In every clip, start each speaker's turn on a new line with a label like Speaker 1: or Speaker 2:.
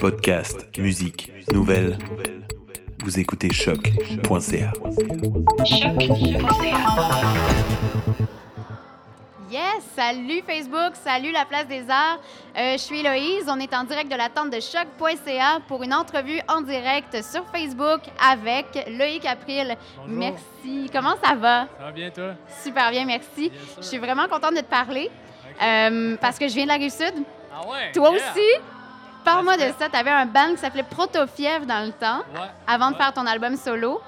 Speaker 1: Podcast, musique, nouvelles. Vous écoutez choc.ca.
Speaker 2: Yes! Salut Facebook, salut la place des arts. Euh, je suis Loïse, on est en direct de la tente de choc.ca pour une entrevue en direct sur Facebook avec Loïc April.
Speaker 3: Bonjour.
Speaker 2: Merci. Comment ça va?
Speaker 3: Ça va bien, toi?
Speaker 2: Super bien, merci.
Speaker 3: Bien sûr.
Speaker 2: Je suis vraiment contente de te parler euh, parce que je viens de la Rive-Sud.
Speaker 3: Ah ouais?
Speaker 2: euh, Toi
Speaker 3: yeah.
Speaker 2: aussi? Parle-moi de ça. Tu avais un band qui s'appelait Protofiev dans le temps
Speaker 3: Ouais.
Speaker 2: avant de
Speaker 3: ouais.
Speaker 2: faire ton album solo.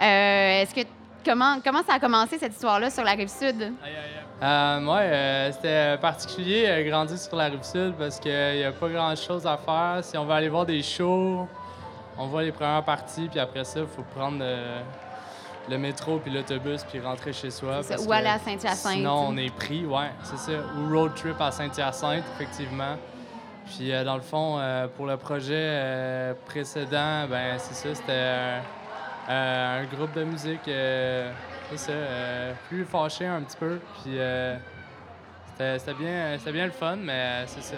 Speaker 2: Euh, Est-ce que comment, comment ça a commencé cette histoire-là sur la Rive-Sud?
Speaker 3: Aïe, aïe, aïe. Euh, ouais, euh, c'était particulier euh, grandir sur la rive sud parce qu'il n'y a pas grand chose à faire. Si on veut aller voir des shows, on voit les premières parties, puis après ça, il faut prendre euh, le métro puis l'autobus puis rentrer chez soi.
Speaker 2: C'est ça,
Speaker 3: parce
Speaker 2: ou
Speaker 3: que
Speaker 2: aller à Saint-Hyacinthe.
Speaker 3: Sinon, on est pris, ouais, c'est ça. Ou road trip à Saint-Hyacinthe, effectivement. Puis euh, dans le fond, euh, pour le projet euh, précédent, ben c'est ça, c'était euh, euh, un groupe de musique, euh, c'est ça, euh, plus fâché un petit peu. Puis euh, c'était c'était bien, c'était bien le fun, mais euh, c'est ça.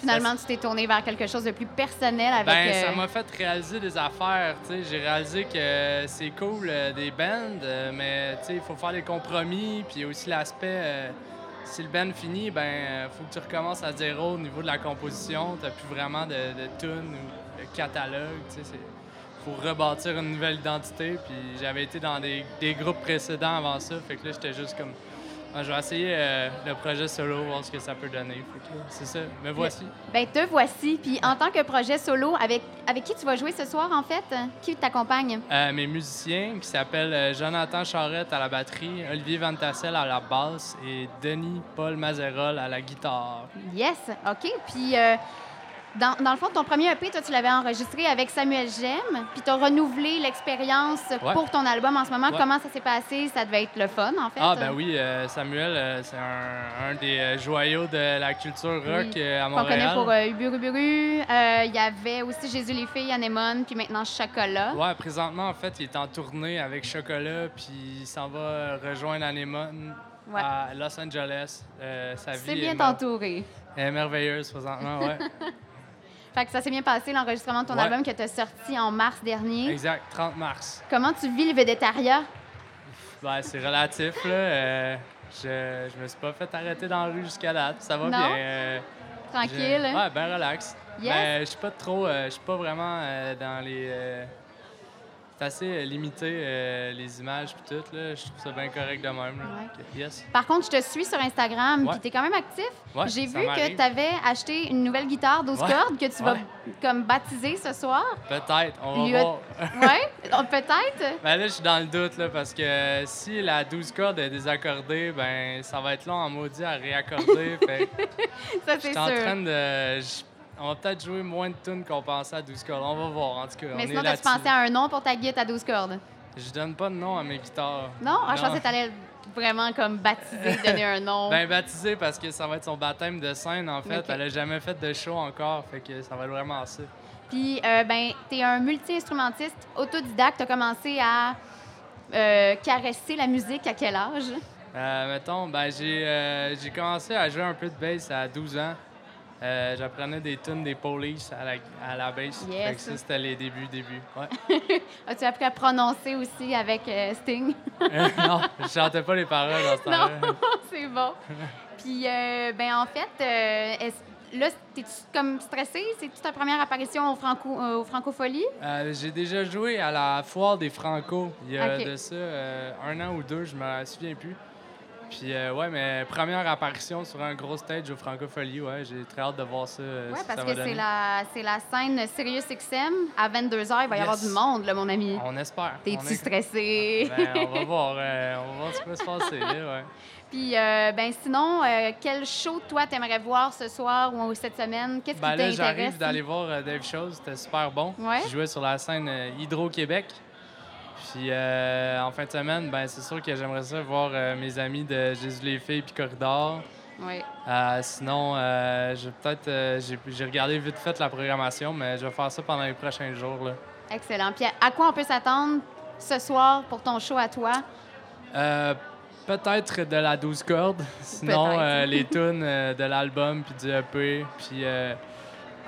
Speaker 2: Finalement,
Speaker 3: ça-
Speaker 2: tu t'es tourné vers quelque chose de plus personnel avec.
Speaker 3: ben,
Speaker 2: euh,
Speaker 3: ça m'a fait réaliser des affaires. tu sais. J'ai réalisé que c'est cool euh, des bands, euh, mais tu sais, il faut faire des compromis. Puis aussi l'aspect, euh, si le band finit, ben, euh, faut que tu recommences à zéro au niveau de la composition. T'as plus vraiment de, de tunes ou de catalogue. tu sais, c'est- faut rebâtir une nouvelle identité. Puis j'avais été dans des, des groupes précédents avant ça. Fait que là, j'étais juste comme. Ah, je vais essayer euh, le projet solo, voir ce que ça peut donner. Fait que, C'est ça. Me voici.
Speaker 2: Ben, te voici. Puis en tant que projet solo, avec, avec qui tu vas jouer ce soir, en fait? Qui t'accompagne?
Speaker 3: Euh, mes musiciens qui s'appellent euh, Jonathan Charette à la batterie, Olivier Van Tassel à la basse et Denis Paul Mazerol à la guitare.
Speaker 2: Yes, OK. Puis euh, dans, dans le fond, ton premier EP, toi, tu l'avais enregistré avec Samuel Gem, puis tu as renouvelé l'expérience
Speaker 3: Ouais.
Speaker 2: pour ton album en ce moment.
Speaker 3: Ouais.
Speaker 2: Comment ça s'est passé? Ça devait être le fun, en fait.
Speaker 3: Ah ben oui, euh, Samuel, euh, c'est un, un des euh, joyaux de la culture rock
Speaker 2: Oui,
Speaker 3: euh, à
Speaker 2: Qu'on connaît
Speaker 3: Montréal.
Speaker 2: pour euh, Uburuburu. Euh, Il y avait aussi Jésus les filles, Anémone, puis maintenant Chocolat.
Speaker 3: Ouais, présentement en fait, il est en tournée avec Chocolat puis il s'en va euh, rejoindre Anemone
Speaker 2: Ouais.
Speaker 3: à Los Angeles. Euh, sa
Speaker 2: C'est
Speaker 3: vie
Speaker 2: bien
Speaker 3: est, mer-
Speaker 2: entouré.
Speaker 3: est merveilleuse présentement, ouais.
Speaker 2: Fait que ça s'est bien passé, l'enregistrement de ton
Speaker 3: Ouais.
Speaker 2: album que tu as sorti en mars dernier.
Speaker 3: exact, 30 mars.
Speaker 2: Comment tu vis le végétariat?
Speaker 3: Ben, c'est relatif, là. Euh, je, je me suis pas fait arrêter dans la rue jusqu'à date. Ça va
Speaker 2: Non?
Speaker 3: bien. euh, je-
Speaker 2: Tranquille? hein?
Speaker 3: Ouais, ben relax.
Speaker 2: Yes.
Speaker 3: Mais je suis pas trop... euh, je suis pas vraiment euh, dans les... euh, c'est assez euh, limité, euh, les images puis tout, là. Je trouve ça bien correct de même, là.
Speaker 2: Ouais.
Speaker 3: Fait que, Yes.
Speaker 2: Par contre, je te suis sur Instagram,
Speaker 3: Ouais.
Speaker 2: puis t'es quand même actif.
Speaker 3: Ouais,
Speaker 2: J'ai vu
Speaker 3: ça
Speaker 2: que
Speaker 3: m'arrive.
Speaker 2: tu avais acheté une nouvelle guitare 12
Speaker 3: Ouais.
Speaker 2: cordes que tu vas
Speaker 3: Ouais.
Speaker 2: comme baptiser ce soir.
Speaker 3: Peut-être, on
Speaker 2: Il y
Speaker 3: va
Speaker 2: a-
Speaker 3: voir.
Speaker 2: ouais, Oh, peut-être.
Speaker 3: Ben là, je suis dans le doute, là, parce que euh, si la 12 cordes est désaccordée, ben ça va être long en maudit à réaccorder. fait que-
Speaker 2: Ça
Speaker 3: Je
Speaker 2: c'est
Speaker 3: suis en
Speaker 2: sûr.
Speaker 3: train de. je- On va peut-être jouer moins de tunes qu'on pensait à 12 cordes. On va voir, en tout cas.
Speaker 2: Mais
Speaker 3: on
Speaker 2: sinon,
Speaker 3: est
Speaker 2: t'as-tu
Speaker 3: là-dessus.
Speaker 2: pensé à un nom pour ta guitare à 12 cordes
Speaker 3: Je donne pas de nom à mes guitares.
Speaker 2: Non, Ah, je pensais que t'allais vraiment comme baptiser, donner un nom.
Speaker 3: Ben, baptisé parce que ça va être son baptême de scène, en fait.
Speaker 2: Ok.
Speaker 3: Elle a jamais fait de show encore, fait que ça va être vraiment ça.
Speaker 2: Puis, euh, ben, t'es un multi-instrumentiste autodidacte. T'as commencé à euh, caresser la musique à quel âge
Speaker 3: Euh, mettons, ben, j'ai, euh, j'ai commencé à jouer un peu de bass à 12 ans. Euh, j'apprenais des tunes des police à la, à la bass.
Speaker 2: Yes.
Speaker 3: Fait que ça, c'était les débuts, débuts. Ouais.
Speaker 2: As-tu appris à prononcer aussi avec euh, Sting
Speaker 3: Euh, non, je chantais pas les paroles dans ce temps-là.
Speaker 2: Non, c'est bon. Puis, euh, ben en fait, euh, est-ce- là, t'es-tu comme stressée? C'est-tu ta première apparition au, Franco, euh, au Francofolie?
Speaker 3: Euh, j'ai déjà joué à la foire des Franco il y a
Speaker 2: Ok.
Speaker 3: de ça euh, un an ou deux, je me souviens plus. Puis euh, ouais, mais première apparition sur un gros stage au Francofolie, ouais, j'ai très hâte de voir ça. euh,
Speaker 2: Oui,
Speaker 3: ce
Speaker 2: parce
Speaker 3: ça
Speaker 2: que
Speaker 3: va
Speaker 2: c'est
Speaker 3: donner.
Speaker 2: la, c'est la scène Sirius XM. À 22 h, il va y avoir
Speaker 3: Yes.
Speaker 2: du monde, là, mon ami.
Speaker 3: On espère. on,
Speaker 2: T'es-tu
Speaker 3: est-
Speaker 2: stressée?
Speaker 3: Ben, on va voir, euh, on va voir ce qui va se passer. là, ouais.
Speaker 2: Puis, euh, ben sinon, euh, quel show, toi, t'aimerais voir ce soir ou cette semaine? Qu'est-ce
Speaker 3: Ben
Speaker 2: qui
Speaker 3: là,
Speaker 2: t'intéresse?
Speaker 3: j'arrive d'aller voir euh, Dave Shows, c'était super bon.
Speaker 2: Ouais.
Speaker 3: Je jouais sur la scène euh, Hydro-Québec. Puis euh, en fin de semaine, ben c'est sûr que j'aimerais ça voir euh, mes amis de Jésus les filles puis Corridor.
Speaker 2: Oui.
Speaker 3: Euh, sinon, euh, j'ai peut-être euh, j'ai- j'ai regardé vite fait la programmation, mais je vais faire ça pendant les prochains jours. Là.
Speaker 2: Excellent. Puis, à, à quoi on peut s'attendre ce soir pour ton show à toi?
Speaker 3: Euh, peut-être de la 12 cordes, sinon
Speaker 2: Peut-être.
Speaker 3: E euh, les tunes euh, de l'album puis du EP, puis euh,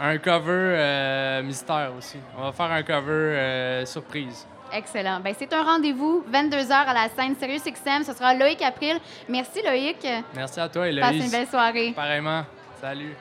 Speaker 3: un cover euh, mystère aussi. On va faire un cover euh, surprise.
Speaker 2: Excellent. Ben, c'est un rendez-vous, 22h à la scène Sirius XM. Ce sera Loïc April. Merci, Loïc.
Speaker 3: Merci à toi, Eloïse.
Speaker 2: Passe une belle soirée.
Speaker 3: Pareillement. Salut.